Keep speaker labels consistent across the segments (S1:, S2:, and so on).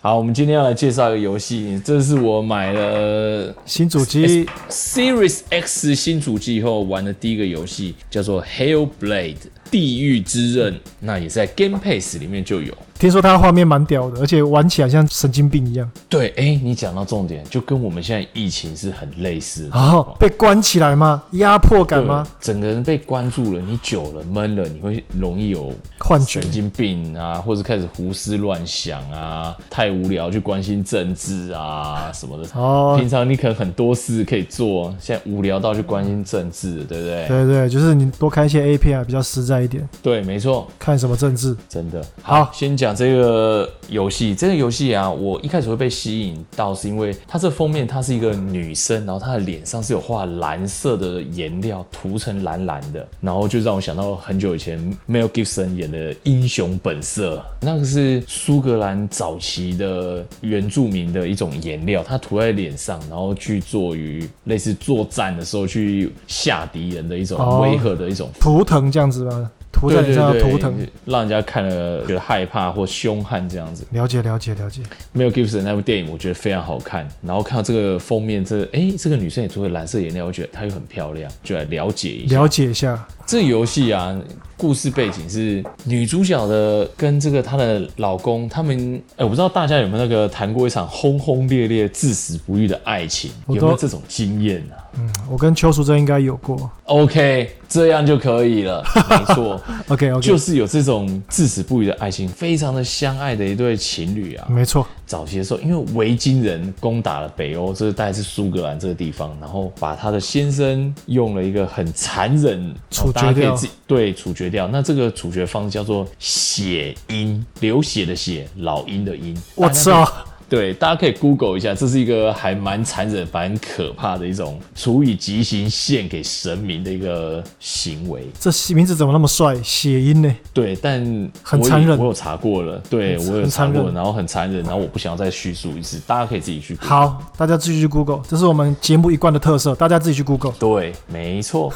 S1: 好，我们今天要来介绍一个游戏，这是我买了呃
S2: 新主机
S1: Series X 新主机以后玩的第一个游戏，叫做《Hell Blade》地狱之刃，那也在 Game Pass 里面就有。
S2: 听说它画面蛮屌的，而且玩起来像神经病一样，
S1: 对，哎、你讲到重点，就跟我们现在疫情是很类似的。
S2: 然后哦被关起来吗？压迫感吗？
S1: 整个人被关注了，你久了闷了，你会容易有
S2: 幻觉
S1: 神经病啊，或者开始胡思乱想啊，太无聊去关心政治啊什么的。
S2: 哦
S1: 平常你可能很多事可以做，现在无聊到去关心政治，对不对？
S2: 对对，就是你多看一些 A 片啊，比较实在一点。
S1: 对，没错，
S2: 看什么政治？
S1: 真的。
S2: 好
S1: 先讲这个游戏，这个游戏啊，我一开始会被吸引到，是因为它这封面它是一个女生，然后她的脸上是有画蓝色的颜料，涂成蓝蓝的，然后就让我想到很久以前 Mel Gibson 演的《英雄本色》，那个是苏格兰早期的原住民的一种颜料，它涂在脸上，然后去做于类似作战的时候去吓敌人的一种
S2: 哦
S1: 威吓的一种
S2: 图腾这样子吗？涂在
S1: 对对
S2: 你身上
S1: 对，
S2: 的图腾。
S1: 让人家看了觉得害怕或凶悍这样子。
S2: 了解了解了解，
S1: Mel Gibson 那部电影我觉得非常好看，然后看到这个封面，这哎、这个女生也涂了蓝色颜料，我觉得她又很漂亮，就来了解一下。
S2: 了解一下。
S1: 这游戏啊，故事背景是女主角的跟这个她的老公，他们哎、我不知道大家有没有那个谈过一场轰轰烈烈、至死不渝的爱情，有
S2: 我
S1: 没
S2: 都
S1: 有这种经验啊？
S2: 嗯，我跟邱淑贞应该有过。
S1: OK，这样就可以了，没 错。
S2: OK OK，
S1: 就是有这种至死不渝的爱情，非常的相爱的一对情侣啊。
S2: 没错。
S1: 早期的时候，因为维京人攻打了北欧，这大概是苏格兰这个地方，然后把他的先生用了一个很残忍，
S2: 处决
S1: 大家可以
S2: 掉
S1: 自己对处决掉。那这个处决方式叫做血鹰，流血的血，老鹰的鹰。
S2: 我操！
S1: 对，大家可以 Google 一下，这是一个还蛮残忍、蛮可怕的一种处以极刑献给神明的一个行为。
S2: 这名字怎么那么帅？谐音呢？
S1: 对，但
S2: 很
S1: 我
S2: 残
S1: 有
S2: 忍
S1: 我有查过了，对
S2: 很
S1: 我有
S2: 很
S1: 查
S2: 残
S1: 过，
S2: 忍
S1: 然后很残忍，然后我不想要再叙述一次，大家可以自己去。
S2: 好，大家自己去 Google，这是我们节目一贯的特色，大家自己去 Google。
S1: 对，没错，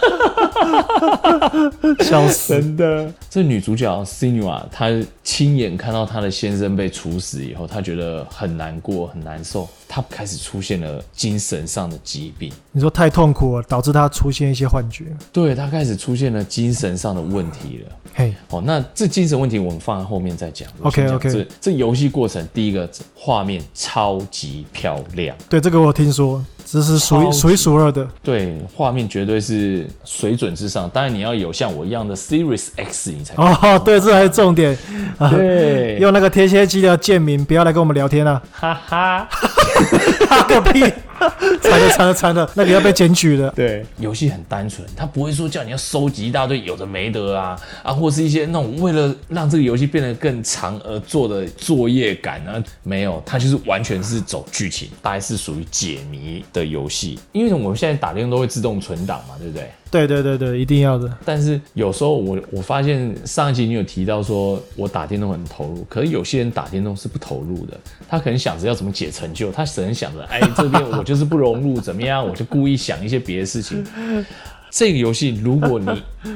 S2: 笑死！
S1: 真的。这女主角 s i n u a 她亲眼看到她的先生被处死以后，她觉得很难过、很难受，她开始出现了精神上的疾病。
S2: 你说太痛苦了，导致他出现一些幻觉。
S1: 对她开始出现了精神上的问题了。
S2: 嘿，
S1: 哦，那这精神问题我们放在后面再讲。我先讲
S2: OK，OK
S1: 这这游戏过程，第一个画面超级漂亮，
S2: 对，这个我有听说，这是数
S1: 超
S2: 一
S1: 级
S2: 数一数二的。
S1: 对，画面绝对是水准之上。当然你要有像我一样的 Series X，你才
S2: 哦，对，这才是重点。啊
S1: 对
S2: 用那个贴切机的贱民，不要来跟我们聊天啊！
S1: 哈哈。
S2: 哈个屁！惨了惨了惨了，那个要被检举的。
S1: 对，游戏很单纯，它不会说叫你要收集一大堆有的没的啊啊，或是一些那种为了让这个游戏变得更长而做的作业感啊，没有，它就是完全是走剧情，大概是属于解谜的游戏。因为我们现在打电动都会自动存档嘛，对不对？
S2: 对对对对，一定要的。
S1: 但是有时候我我发现上一集你有提到说我打电动很投入，可是有些人打电动是不投入的，他可能想着要怎么解成就，他只能想着哎这边我就是不融入， 怎么样，我就故意想一些别的事情。这个游戏如果你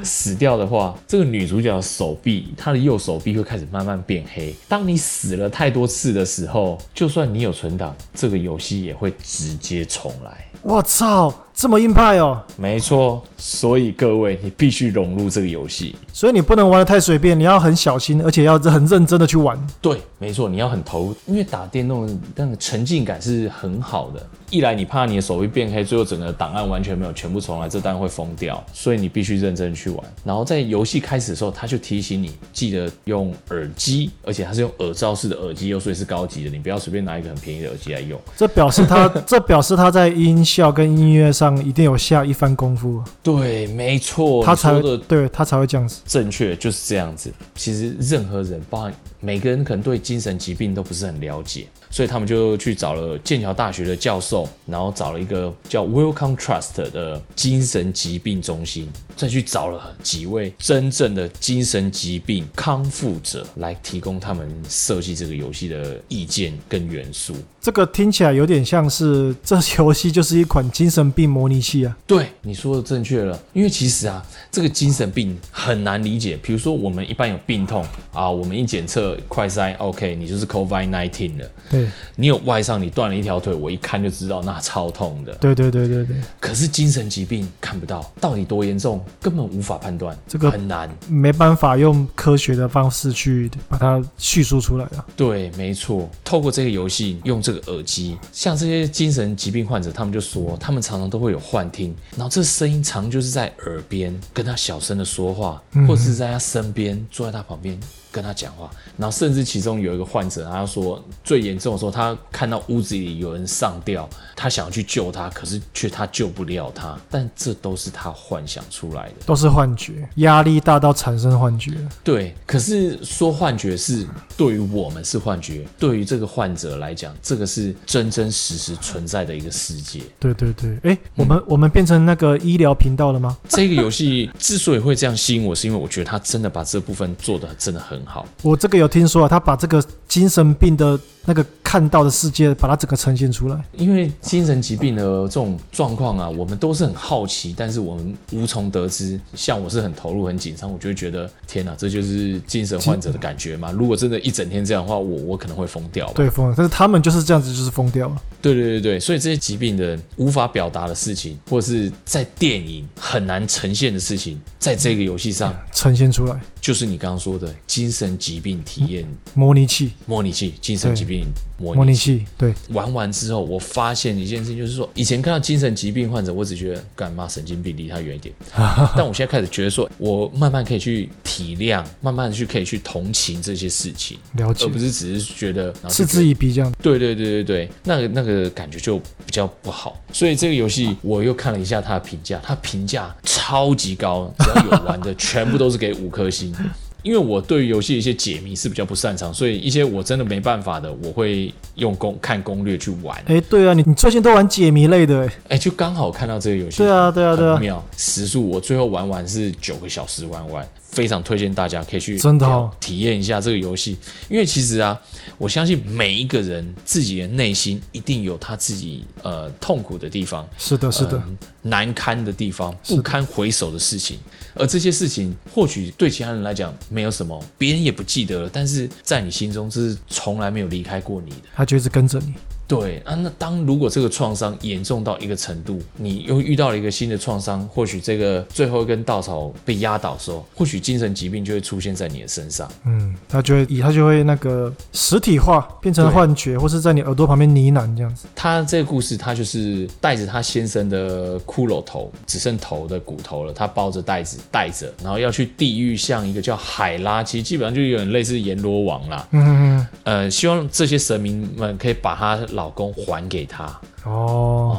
S1: 死掉的话，这个女主角的手臂，她的右手臂会开始慢慢变黑。当你死了太多次的时候，就算你有存档，这个游戏也会直接重来。
S2: 我操，这么硬派哦！
S1: 没错，所以各位你必须融入这个游戏。
S2: 所以你不能玩的太随便，你要很小心，而且要很认真的去玩。
S1: 对，没错，你要很投入，因为打电动的那个沉浸感是很好的。一来你怕你的手会变黑，最后整个档案完全没有全部重来，这当然会疯掉，所以你必须认真去玩。然后在游戏开始的时候，他就提醒你记得用耳机，而且它是用耳罩式的耳机哦，所以是高级的，你不要随便拿一个很便宜的耳机来用。
S2: 这表示他，这表示他在音效跟音乐上一定有下一番功夫，
S1: 对，没错，
S2: 他
S1: 你
S2: 才
S1: 说
S2: 会
S1: 的
S2: 对他才会这样子。
S1: 正确就是这样子。其实任何人，包含每个人，可能对精神疾病都不是很了解，所以他们就去找了剑桥大学的教授，然后找了一个叫 Wellcome Trust 的精神疾病中心，再去找了几位真正的精神疾病康复者来提供他们设计这个游戏的意见跟元素。
S2: 这个听起来有点像是这游戏就是一款精神病模拟器啊。
S1: 对，你说的正确了，因为其实啊，这个精神病很难理解。比如说，我们一般有病痛啊，我们一检测快筛，OK，你就是 COVID nineteen 了。
S2: 对，
S1: 你有外伤，你断了一条腿，我一看就知道那超痛的。
S2: 对对对对对，
S1: 可是精神疾病看不到，到底多严重，根本无法判断，
S2: 这个
S1: 很难。
S2: 没办法用科学的方式去把它叙述出来啊。
S1: 对，没错。透过这个游戏，用这个耳机，像这些精神疾病患者，他们就说，他们常常都会有幻听，然后这声音常就是在耳边跟他小声的说话，或者是在他身边，坐在他旁边跟他讲话。然后甚至其中有一个患者，他说最严重的时候，他看到屋子里有人上吊，他想要去救他，可是却他救不了他，但这都是他幻想出来的。
S2: 都是幻觉，压力大到产生幻觉。
S1: 对，可是说幻觉是对于我们是幻觉，对于这个患者来讲，这个是真真实实存在的一个世界。
S2: 对对对，哎、
S1: 嗯
S2: 我们、我们变成那个医疗频道了吗？
S1: 这个游戏之所以会这样吸引我，是因为我觉得他真的把这部分做得真的很好。
S2: 我这个有听说啊，他把这个精神病的那个看到的世界，把它整个呈现出来。
S1: 因为精神疾病的这种状况啊，我们都是很好奇，但是我们无从得知。像我是很投入、很紧张，我就会觉得天哪，这就是精神患者的感觉嘛。如果真的一整天这样的话，我我可能会疯掉吧。
S2: 对，疯了。但是他们就是这样子，就是疯掉了。
S1: 对对对对，所以这些疾病的人无法表达的事情，或是在电影很难呈现的事情，在这个游戏上，
S2: 呈现出来，
S1: 就是你刚刚说的精神疾病体验
S2: 模拟器，
S1: 模拟器，精神疾病模
S2: 模拟
S1: 拟器。
S2: 器，对，
S1: 玩完之后，我发现一件事，就是说，以前看到精神疾病患者，我只觉得干妈神经病，离他远 一点。但我现在开始觉得说，我慢慢可以去体谅，慢慢地去可以去同情这些事情，
S2: 了解
S1: 而不，是只是觉得然后就
S2: 嗤
S1: 觉得
S2: 之以鼻这样。
S1: 对对对对对，那个那个感觉就比较不好。所以这个游戏我又看了一下它的评价，它评价超级高，只要有玩的全部都是给五颗星。 因为我对于游戏的一些解谜是比较不擅长，所以一些我真的没办法的，我会用攻看攻略去玩。
S2: 哎、对啊，你你最近都玩解谜类的、诶
S1: 哎，就刚好看到这个游戏，
S2: 对啊对啊对啊
S1: 很妙。时速我最后玩完是九个小时玩完，非常推荐大家可以去
S2: 真的哦
S1: 体验一下这个游戏，因为其实啊，我相信每一个人自己的内心一定有他自己呃痛苦的地方，
S2: 是的，是的，
S1: 嗯难堪的地方，不堪回首的事情，而这些事情或许对其他人来讲没有什么，别人也不记得了，但是在你心中这是从来没有离开过你的。
S2: 他就一直跟着你。
S1: 对啊，那当如果这个创伤严重到一个程度，你又遇到了一个新的创伤，或许这个最后一根稻草被压倒的时候，或许精神疾病就会出现在你的身上。
S2: 嗯，他就会以他就会那个实体化变成
S1: 对
S2: 幻觉，或是在你耳朵旁边呢喃这样子。
S1: 他这个故事，他就是带着他先生的骷髅头，只剩头的骨头了，他包着袋子带着，然后要去地狱，像一个叫海拉，其实基本上就有点类似阎罗王啦。
S2: 嗯嗯
S1: 呃，希望这些神明们可以把她老公还给她。
S2: 嗯，哦，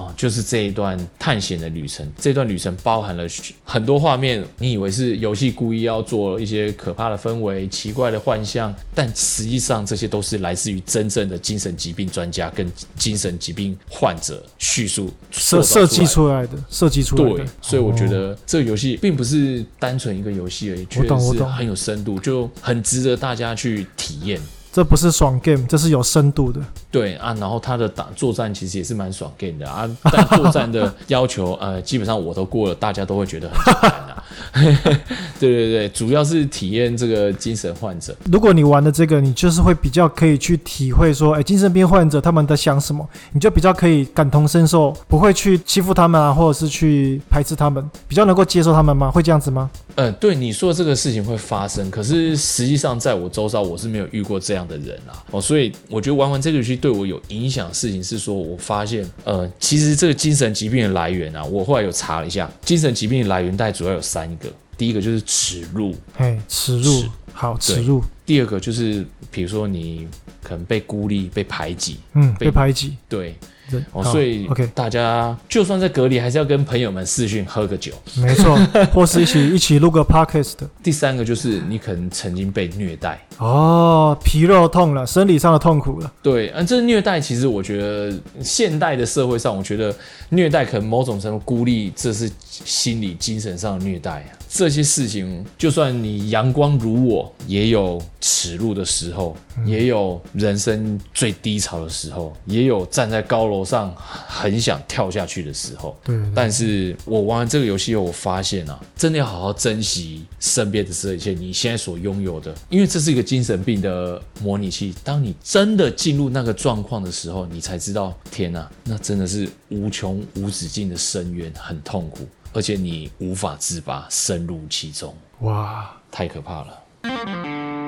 S1: 哦，就是这一段探险的旅程，这段旅程包含了很多画面，你以为是游戏故意要做一些可怕的氛围、奇怪的幻象，但实际上这些都是来自于真正的精神疾病专家跟精神疾病患者叙述
S2: 设
S1: 塑造
S2: 设计
S1: 出来的。
S2: 出来的，设计出来
S1: 对
S2: 的。，
S1: 所以我觉
S2: 哦
S1: 得这个游戏并不是单纯一个游戏而已，确
S2: 懂我
S1: 实是
S2: 懂
S1: 很有深度，就很值得大家去体验。
S2: 这不是爽 game，这是有深度的。
S1: 对啊，然后他的打作战其实也是蛮爽 game 的啊， 但作战的要求呃，基本上我都过了，大家都会觉得很简单啊。 对对对，主要是体验这个精神患者，
S2: 如果你玩的这个，你就是会比较可以去体会说，哎，精神病患者他们在想什么，你就比较可以感同身受，不会去欺负他们啊，或者是去排斥他们，比较能够接受他们吗？会这样子吗？
S1: 呃，对你说这个事情会发生，可是实际上在我周遭我是没有遇过这样的人啊。哦，所以我觉得玩完这个游戏对我有影响的事情是说，我发现呃，其实这个精神疾病的来源啊，我后来有查了一下，精神疾病的来源大概主要有三个，第一个就是耻辱。
S2: 嘿，耻辱
S1: 是，
S2: 好，耻辱，
S1: 第二个就是，比如说你可能被孤立、被排挤，
S2: 嗯，
S1: 被
S2: 被排挤，嗯
S1: 对，
S2: 对，
S1: 哦，
S2: 好
S1: 所以
S2: OK，
S1: 大家就算在隔离，还是要跟朋友们视讯喝个酒。
S2: 没错，或是一起一起录个 podcast
S1: 第三个就是你可能曾经被虐待，
S2: 哦，皮肉痛了，生理上的痛苦了。
S1: 对，啊，这虐待其实我觉得现代的社会上，我觉得虐待可能某种程度孤立，这是心理精神上的虐待啊。这些事情，就算你阳光如我，也有耻辱的时候，也有人生最低潮的时候，也有站在高楼上很想跳下去的时候。
S2: 对对
S1: 但是我玩完这个游戏后，我发现啊，真的要好好珍惜身边的这一切你现在所拥有的，因为这是一个精神病的模拟器。当你真的进入那个状况的时候，你才知道，天哪、那真的是无穷无止境的深渊，很痛苦，而且你无法自拔，深入其中，
S2: 哇，
S1: 太可怕了。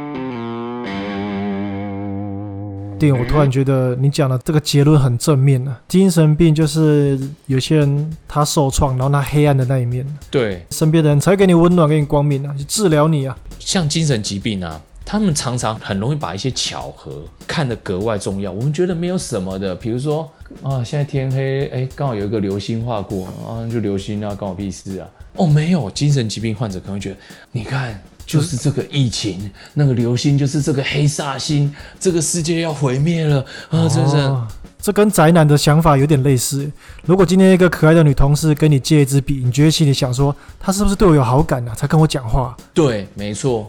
S2: 电影，我突然觉得你讲的这个结论很正面啊。精神病就是有些人他受创，然后他黑暗的那一面，
S1: 对，
S2: 身边的人才会给你温暖，给你光明啊，去治疗你啊。
S1: 像精神疾病啊，他们常常很容易把一些巧合看得格外重要。我们觉得没有什么的，比如说啊，现在天黑，哎，刚好有一个流星划过啊，就流星啊，关我屁事啊。哦，没有，精神疾病患者可能会觉得，你看。就是这个疫情，那个流星就是这个黑煞星，这个世界要毁灭了啊！真是、
S2: 哦这跟宅男的想法有点类似。如果今天一个可爱的女同事跟你借一支笔，你就会心里想说，她是不是对我有好感啊，才跟我讲话？
S1: 对，没 错。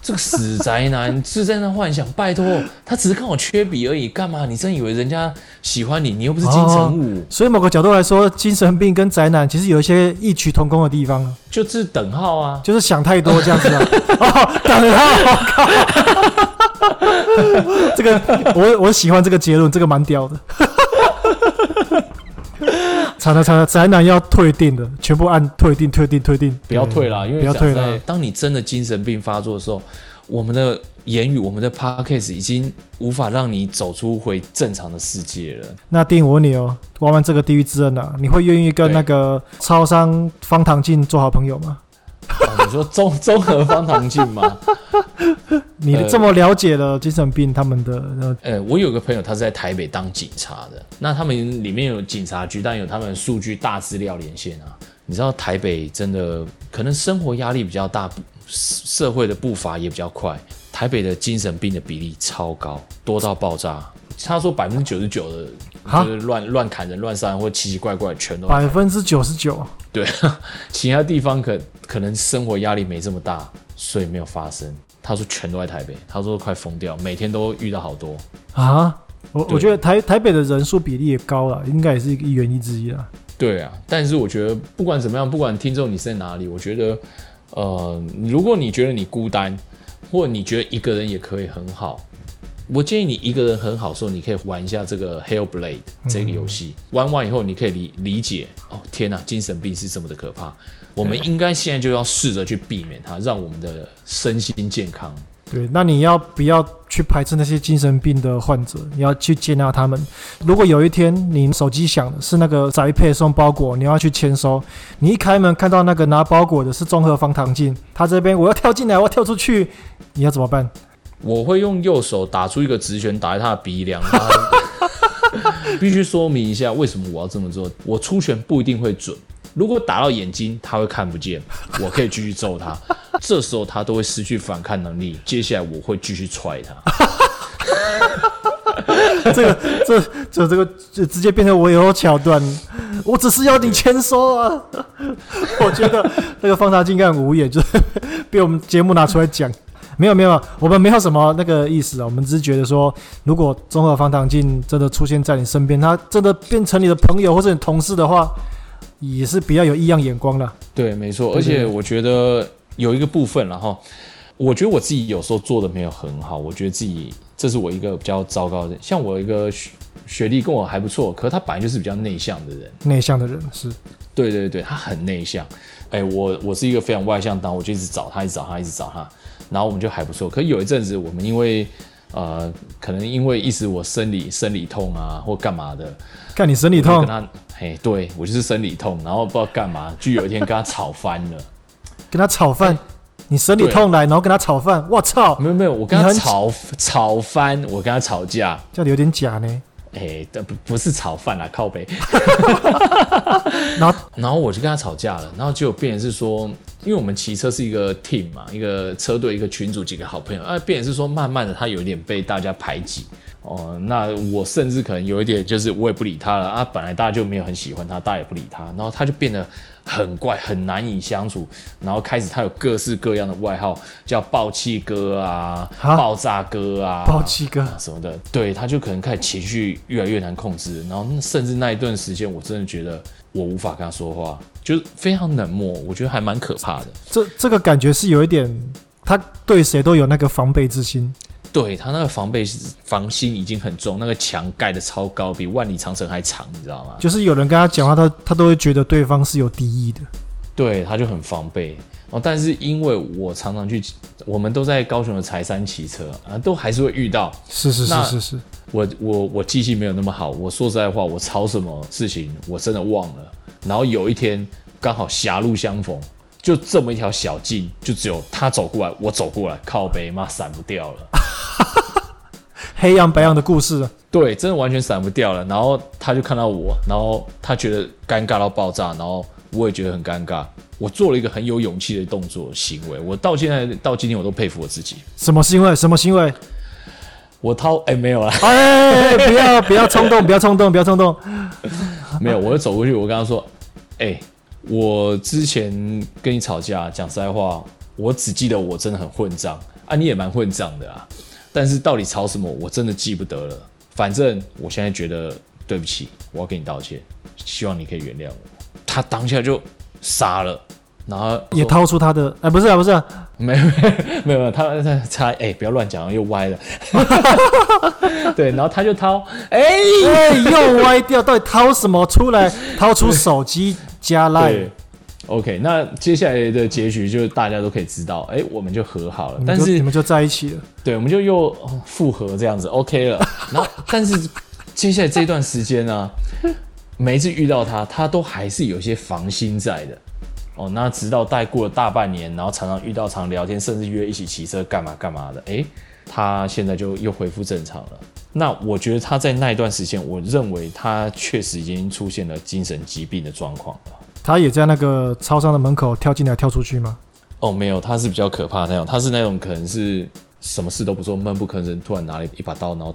S1: 这个死宅男是在那幻想，拜托，他只是看我缺笔而已，干嘛？你真以为人家喜欢你？你又不是金城武，
S2: 所以某个角度来说，精神病跟宅男其实有一些异曲同工的地方啊，
S1: 就是等号啊。
S2: 就是想太多这样子啊。 哦，等号，我靠！这个我我喜欢这个结论，这个蛮屌的。 惨了惨了，宅男要退订的，全部按退订退订退订，
S1: 不要退啦，因为
S2: 嗯不要退啦
S1: 讲实在当你真的精神病发作的时候，我们的言语，我们的 podcast 已经无法让你走出回正常的世界了。
S2: 那电影我问你哦，玩完这个《地狱之刃》啊，你会愿意跟
S1: 对
S2: 那个超商方糖镜做好朋友吗？
S1: 啊、你说综综合方糖镜吗？
S2: 你
S1: 呃
S2: 这么了解了精神病他们的，呃
S1: 呃，我有个朋友，他是在台北当警察的。那他们里面有警察局，但有他们数据大资料连线啊。你知道台北真的可能生活压力比较大，不社社会的步伐也比较快。台北的精神病的比例超高，多到爆炸。他说百分之九十九的，
S2: 哈
S1: 就是乱乱砍人、乱杀人或奇奇怪怪，全都
S2: 百分之九十九，
S1: 对。其他地方可可能生活压力没这么大，所以没有发生。他说全都在台北，他说快疯掉，每天都遇到好多。
S2: 啊！我
S1: 对
S2: 我觉得台台北的人数比例也高了，应该也是一个原因之一啦。
S1: 对啊，但是我觉得不管怎么样，不管听众你是在哪里，我觉得，呃，如果你觉得你孤单，或你觉得一个人也可以很好，我建议你一个人很好的时候，你可以玩一下这个 Hellblade 这个游戏。玩完以后，你可以理理解，哦，天哪、精神病是这么的可怕。我们应该现在就要试着去避免它，让我们的身心健康。
S2: 对，那你要不要去排斥那些精神病的患者？你要去接纳他们。如果有一天你手机响的是那个宅配送包裹，你要去签收，你一开门看到那个拿包裹的是综合方糖镜，他这边我要跳进来，我要跳出去，你要怎么办？
S1: 我会用右手打出一个直拳，打在他的鼻梁。他 必须说明一下，为什么我要这么做？我出拳不一定会准，如果打到眼睛，他会看不见，我可以继续揍 他。这时候他都会失去反抗能力，接下来我会继续踹他。
S2: 这个这这这个这直接变成我以后桥段，我只是要你签收啊！ 我觉得那个放大镜应该很无言，就是被我们节目拿出来讲。没有没有，我们没有什么那个意思啊，我们只是觉得说，如果综合方糖镜真的出现在你身边，它真的变成你的朋友或者你同事的话，也是比较有异样眼光了。
S1: 对，没错，而
S2: 对对
S1: 且我觉得有一个部分啦，然后我觉得我自己有时候做的没有很好，我觉得自己这是我一个比较糟糕的。像我一个学学历跟我还不错，可他本来就是比较内向的人。
S2: 内向的人是
S1: 对对对，他很内向。哎、我我是一个非常外向党，我就一直找他，一直找他，一直找他，然后我们就还不错。可有一阵子，我们因为呃，可能因为一时我生理生理痛啊，或干嘛的，
S2: 看你生理
S1: 就
S2: 痛
S1: 跟，他，哎、对我就是生理痛，然后不知道干嘛，就有一天跟他吵翻了。
S2: 跟他炒饭，你生理
S1: 哎对
S2: 痛来，然后跟他炒饭，我操，
S1: 没有没有，我跟他
S2: 你很
S1: 吵吵翻，我跟他吵架，
S2: 这样有点假呢。
S1: 哎，这不不是炒饭啦，靠背。
S2: 然后
S1: 然后我就跟他吵架了，然后结果变成是说，因为我们骑车是一个 team 嘛，一个车队，一个群组，几个好朋友，啊，变成是说，慢慢的他有点被大家排挤。哦、那我甚至可能有一点就是我也不理他了啊，本来大家就没有很喜欢他，大家也不理他，然后他就变得很怪，很难以相处，然后开始他有各式各样的外号，叫爆气哥啊，
S2: 啊
S1: 爆炸哥啊，
S2: 爆气哥
S1: 啊什么的，对，他就可能开始情绪越来越难控制，然后甚至那一段时间，我真的觉得我无法跟他说话，就是非常冷漠，我觉得还蛮可怕的。
S2: 这这个感觉是有一点，他对谁都有那个防备之心。
S1: 对他那个防备防心已经很重，那个墙盖的超高，比万里长城还长，你知道吗？
S2: 就是有人跟他讲话，他他都会觉得对方是有敌意的。
S1: 对，他就很防备。哦，但是因为我常常去，我们都在高雄的柴山骑车啊，都还是会遇到。
S2: 是是是
S1: 那
S2: 是是，
S1: 我我我记性没有那么好，我说实在话，我吵什么事情我真的忘了。然后有一天刚好狭路相逢，就这么一条小径，就只有他走过来，我走过来，靠北妈闪不掉了。
S2: 黑羊白羊的故事啊，
S1: 对，真的完全闪不掉了。然后他就看到我，然后他觉得尴尬到爆炸，然后我也觉得很尴尬。我做了一个很有勇气的动作行为，我到现在到今天我都佩服我自己。
S2: 什么行为？什么行为？
S1: 我掏哎、没有啦，
S2: 哎哎，哎不要 不要冲动，不要冲动，不要冲动。
S1: 没有，我就走过去，我跟他说，哎、我之前跟你吵架，讲实在话，我只记得我真的很混账啊，你也蛮混账的啊，但是到底吵什么，我真的记不得了。反正我现在觉得对不起，我要跟你道歉，希望你可以原谅我。他当下就傻了，然后
S2: 也
S1: 说
S2: 掏出他的，哎，不是啊，不是啊，
S1: 没有没有没有，他他他哎、不要乱讲，又歪了。 对，然后他就掏，哎、
S2: 哎，又歪掉，到底掏什么出 来？掏出手机加 line，
S1: 对，OK，那接下来的结局就是大家都可以知道，哎、我们就和好了
S2: 你，们
S1: 但
S2: 就是你们就在一起了。
S1: 对，我们就又哦复合这样子，OK 了。然后，但是接下来这段时间呢、每一次遇到他，他都还是有一些防心在的。哦，那直到待过了大半年，然后常常遇到，常聊天，甚至约一起骑车干嘛干嘛的，诶，他现在就又恢复正常了。那我觉得他在那一段时间，我认为他确实已经出现了精神疾病的状况了。
S2: 他也在那个超商的门口跳进来跳出去吗？
S1: 哦，没有，他是比较可怕的那种，他是那种可能是什么事都不做，闷不吭声，突然拿了一把刀，然后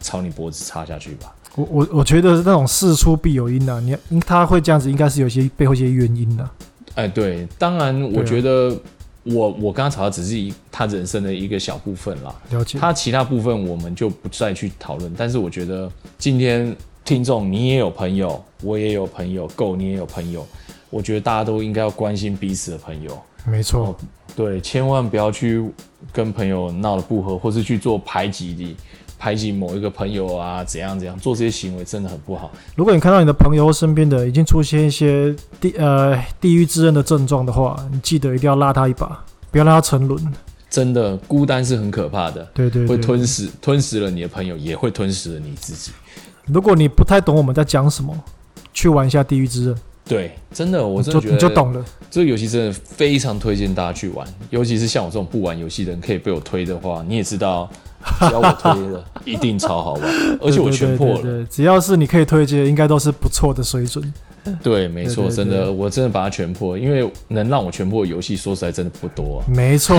S1: 朝你脖子插下去吧。
S2: 我我我觉得那种事出必有因啊，你应他会这样子，应该是有一些背后一些原因的、
S1: 哎，对，当然，
S2: 对
S1: 我
S2: 啊
S1: 觉得我我刚刚吵的只是一他人生的一个小部分啦，
S2: 了解。
S1: 他其他部分我们就不再去讨论。但是我觉得今天听众你也有朋友，我也有朋友，Go 你也有朋友，我觉得大家都应该要关心彼此的朋友。
S2: 没错
S1: 哦，对，千万不要去跟朋友闹得不和，或是去做排挤的，排挤某一个朋友啊，怎样怎样，做这些行为真的很不好。
S2: 如果你看到你的朋友或身边的已经出现一些地呃地狱之刃的症状的话，你记得一定要拉他一把，不要让他沉沦。
S1: 真的，孤单是很可怕的，
S2: 对对
S1: 会
S2: 对。
S1: 吞噬吞噬了你的朋友，也会吞噬了你自己。
S2: 如果你不太懂我们在讲什么，去玩一下地狱之刃，
S1: 对，真的，我
S2: 你
S1: 真的
S2: 就
S1: 觉得
S2: 你就懂了。
S1: 这个游戏真的非常推荐大家去玩，尤其是像我这种不玩游戏的人，可以被我推的话，你也知道，只要我推 了，一定超好玩，而且我全破
S2: 对对
S1: 了。
S2: 对对只要是你可以推荐，应该都是不错的水准。
S1: 对，没错，
S2: 对对
S1: 真
S2: 对
S1: 的，我真的把它全破，因为能让我全破的游戏，说实在真的不多啊。
S2: 没错，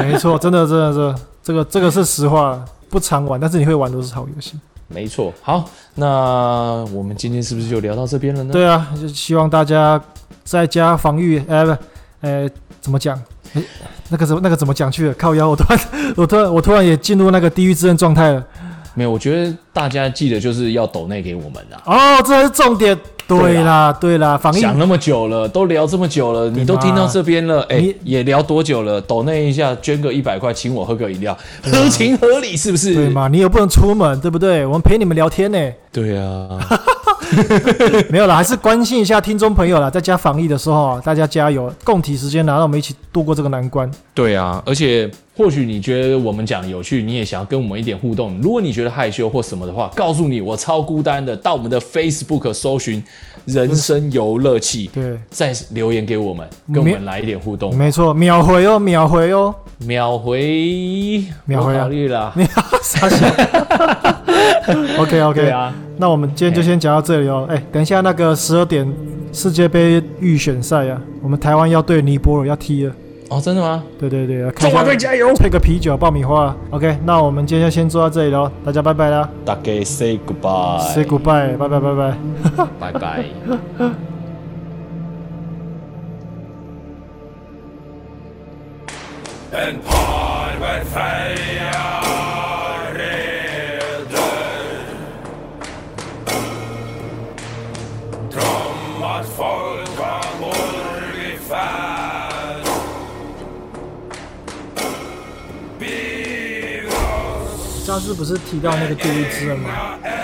S2: 没错，真的真的真的，这个这个是实话，不常玩，但是你会玩都是好游戏。
S1: 没错，好，那我们今天是不是就聊到这边了呢？，
S2: 对啊，就希望大家在家防御，呃，不，呃，怎么讲？诶那个怎么那个怎么讲去了？靠腰，我突然， 我突然，我突然也进入那个地狱之刃状态了。
S1: 没有，我觉得大家记得就是要抖内给我们啊。
S2: 哦，这才是重点。对啦，对啦，防疫
S1: 想那么久了，都聊这么久了，你都听到这边了，哎、
S2: 你
S1: 也聊多久了？抖内一下，捐个一百块，请我喝个饮料，合情合理是不是？
S2: 对嘛？你也不能出门，对不对？我们陪你们聊天呢。
S1: 对啊，
S2: 没有啦，还是关心一下听众朋友啦。在家防疫的时候啊，大家加油，共体时间啦，让我们一起度过这个难关。
S1: 对啊，而且或许你觉得我们讲有趣，你也想要跟我们一点互动。如果你觉得害羞或什么的话，告诉你我超孤单的，到我们的 Facebook 搜寻“人生游乐器”，
S2: 对，
S1: 再留言给我们，跟我们来一点互动。
S2: 没错，秒回哦，秒回哦，
S1: 秒回，
S2: 秒回啊 啊
S1: 我考虑了，
S2: 你傻笑。 OK
S1: 对
S2: OK，、
S1: 啊，
S2: 那我们今天就先讲到这里哦。哎、等一下那个十二点世界杯预选赛啊，我们台湾要对尼泊尔要踢了。
S1: 哦，真的吗？
S2: 对对对，要看
S1: 中
S2: 一
S1: 华
S2: 下
S1: 队加油！
S2: 配个啤酒爆米花。OK，那啊我们今天就先做到这里喽，大家拜拜啦
S1: 大家 say goodbye，
S2: ，say goodbye，拜拜拜拜。
S1: 拜拜。
S3: En par var färja reder Trommat folk var borg i färd Bivrås
S2: 上次不是提到那个地狱之刃吗？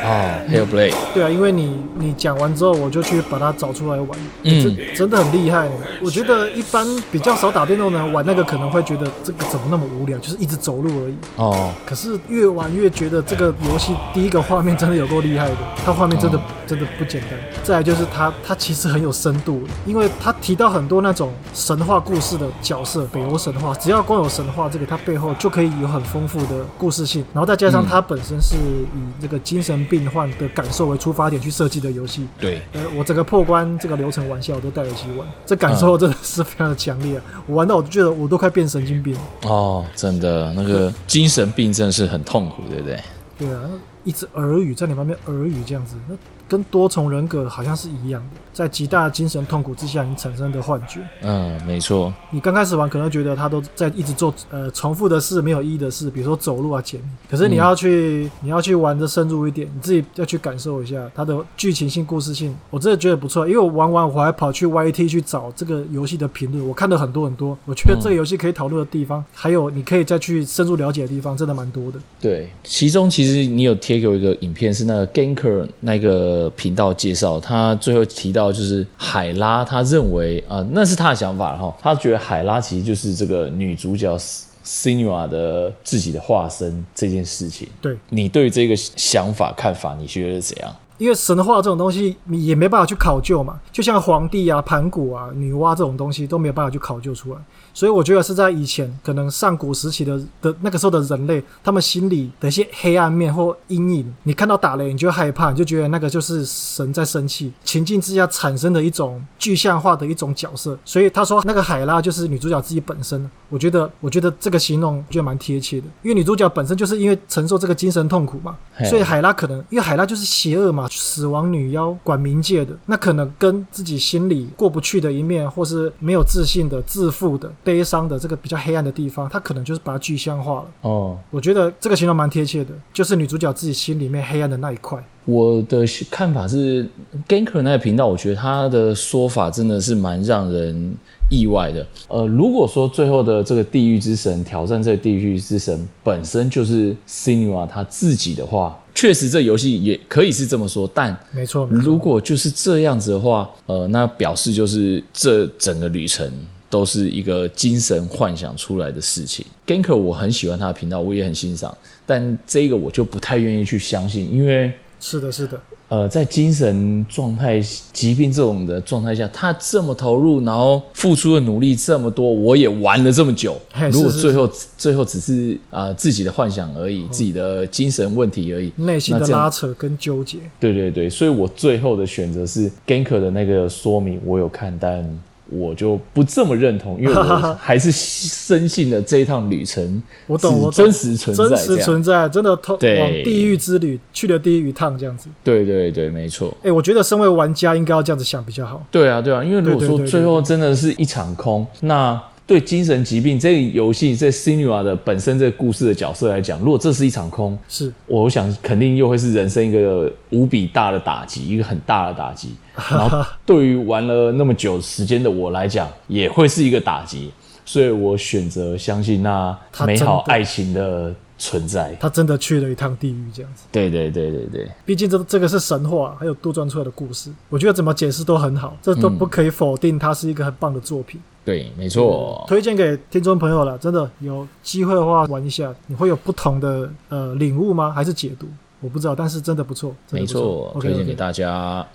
S1: 哦，Hail Blade，
S2: 对啊，因为你你讲完之后，我就去把它找出来玩，
S1: 嗯
S2: 这真的很厉害。欸我觉得一般比较少打电动的人玩那个可能会觉得这个怎么那么无聊，就是一直走路而已。
S1: 哦，
S2: 可是越玩越觉得这个游戏第一个画面真的有够厉害的，它画面真的、真的不简单。再来就是它它其实很有深度，因为它提到很多那种神话故事的角色，北欧神话，只要光有神话这个，它背后就可以有很丰富的故事性。然后再加上它本身是以这个精神病患的感受为出发点去设计的游戏，
S1: 对，
S2: 呃，我整个破关这个流程玩下，我都带了一起玩，这感受真的是非常的强烈、啊。我玩到我就觉得我都快变神经病了。
S1: 哦，真的，那个精神病真的是很痛苦，对不对？
S2: 对啊，那一直耳语在你旁边耳语这样子，那跟多重人格好像是一样的，在极大的精神痛苦之下，你产生的幻觉。
S1: 嗯，没错，
S2: 你刚开始玩可能觉得他都在一直做呃重复的事，没有意义的事，比如说走路啊、解谜。可是你要去、你要去玩的深入一点，你自己要去感受一下它的剧情性、故事性。我真的觉得不错，因为我玩完我还跑去 YT 去找这个游戏的评论，我看了很多很多，我觉得这个游戏可以讨论的地方，还有你可以再去深入了解的地方，真的蛮多的。
S1: 对，其中其实你有贴给我一个影片，是那个 Ganker 那个频道介绍，他最后提到就是海拉，他认为啊、呃那是他的想法哈，他觉得海拉其实就是这个女主角 Sinua 的自己的化身这件事情。
S2: 对，
S1: 你对这个想法看法，你觉得怎样？
S2: 因为神话这种东西你也没办法去考究嘛，就像皇帝啊、盘古啊、女娲这种东西都没有办法去考究出来，所以我觉得是在以前可能上古时期的的那个时候的人类，他们心里的一些黑暗面或阴影，你看到打雷你就害怕，你就觉得那个就是神在生气，情境之下产生的一种具象化的一种角色，所以他说那个海拉就是女主角自己本身，我觉得我觉得这个形容就蛮贴切的，因为女主角本身就是因为承受这个精神痛苦嘛，
S1: 嘿
S2: 所以海拉可能，因为海拉就是邪恶嘛，死亡女妖管冥界的，那可能跟自己心里过不去的一面，或是没有自信的、自负的、悲伤的这个比较黑暗的地方，她可能就是把它具象化了。
S1: 哦，
S2: 我觉得这个形容蛮贴切的，就是女主角自己心里面黑暗的那一块。
S1: 我的看法是，Ganker 那个频道，我觉得他的说法真的是蛮让人意外的。呃，如果说最后的这个地狱之神挑战这个地狱之神本身就是 Sinua 他自己的话，确实这游戏也可以是这么说，但
S2: 没错，没错
S1: 如果就是这样子的话，呃，那表示就是这整个旅程都是一个精神幻想出来的事情。Ganker 我很喜欢他的频道，我也很欣赏，但这个我就不太愿意去相信，因为。
S2: 是的，是的，
S1: 呃，在精神状态、疾病这种的状态下，他这么投入，然后付出的努力这么多，我也玩了这么久
S2: 嘿。
S1: 如果
S2: 哎是是哦
S1: 最后最后只是啊、呃自己的幻想而已，自己的精神问题而已，
S2: 内心
S1: 那
S2: 的
S1: 这样
S2: 拉扯跟纠结。
S1: 对对对，所以我最后的选择是 Ganker 的那个说明，我有看，但我就不这么认同，因为我还是深信了这一趟旅程
S2: 我懂
S1: 是
S2: 我懂
S1: 真实存在
S2: 真
S1: 这
S2: 实
S1: 样。
S2: 存在，真的通
S1: 对
S2: 往地狱之旅去了地狱一趟这样子。
S1: 对对对，没错。
S2: 哎，我觉得身为玩家应该要这样子想比较好。
S1: 对啊，对啊，因为如果
S2: 对对
S1: 说
S2: 对对
S1: 最后真的是一场空，那对精神疾病这个游戏这 Sinua 的本身这个故事的角色来讲，如果这是一场空，
S2: 是，
S1: 我想肯定又会是人生一个无比大的打击，一个很大的打 击。然后对于玩了那么久时间的我来讲，也会是一个打击，所以我选择相信那
S2: 他
S1: 美
S2: 真
S1: 好
S2: 的
S1: 爱情的存在。
S2: 他真的去了一趟地狱这样子。
S1: 对对对对对，
S2: 毕竟这这个是神话，还有杜撰出来的故事，我觉得怎么解释都很好，这都不可以否定它是一个很棒的作品，
S1: 对，没错。
S2: 推荐给听众朋友了。真的有机会的话玩一下，你会有不同的呃领悟吗？还是解读？我不知道，但是真的不错，真的
S1: 没
S2: 不错
S1: 错，推荐给
S2: OK，OK
S1: 大家。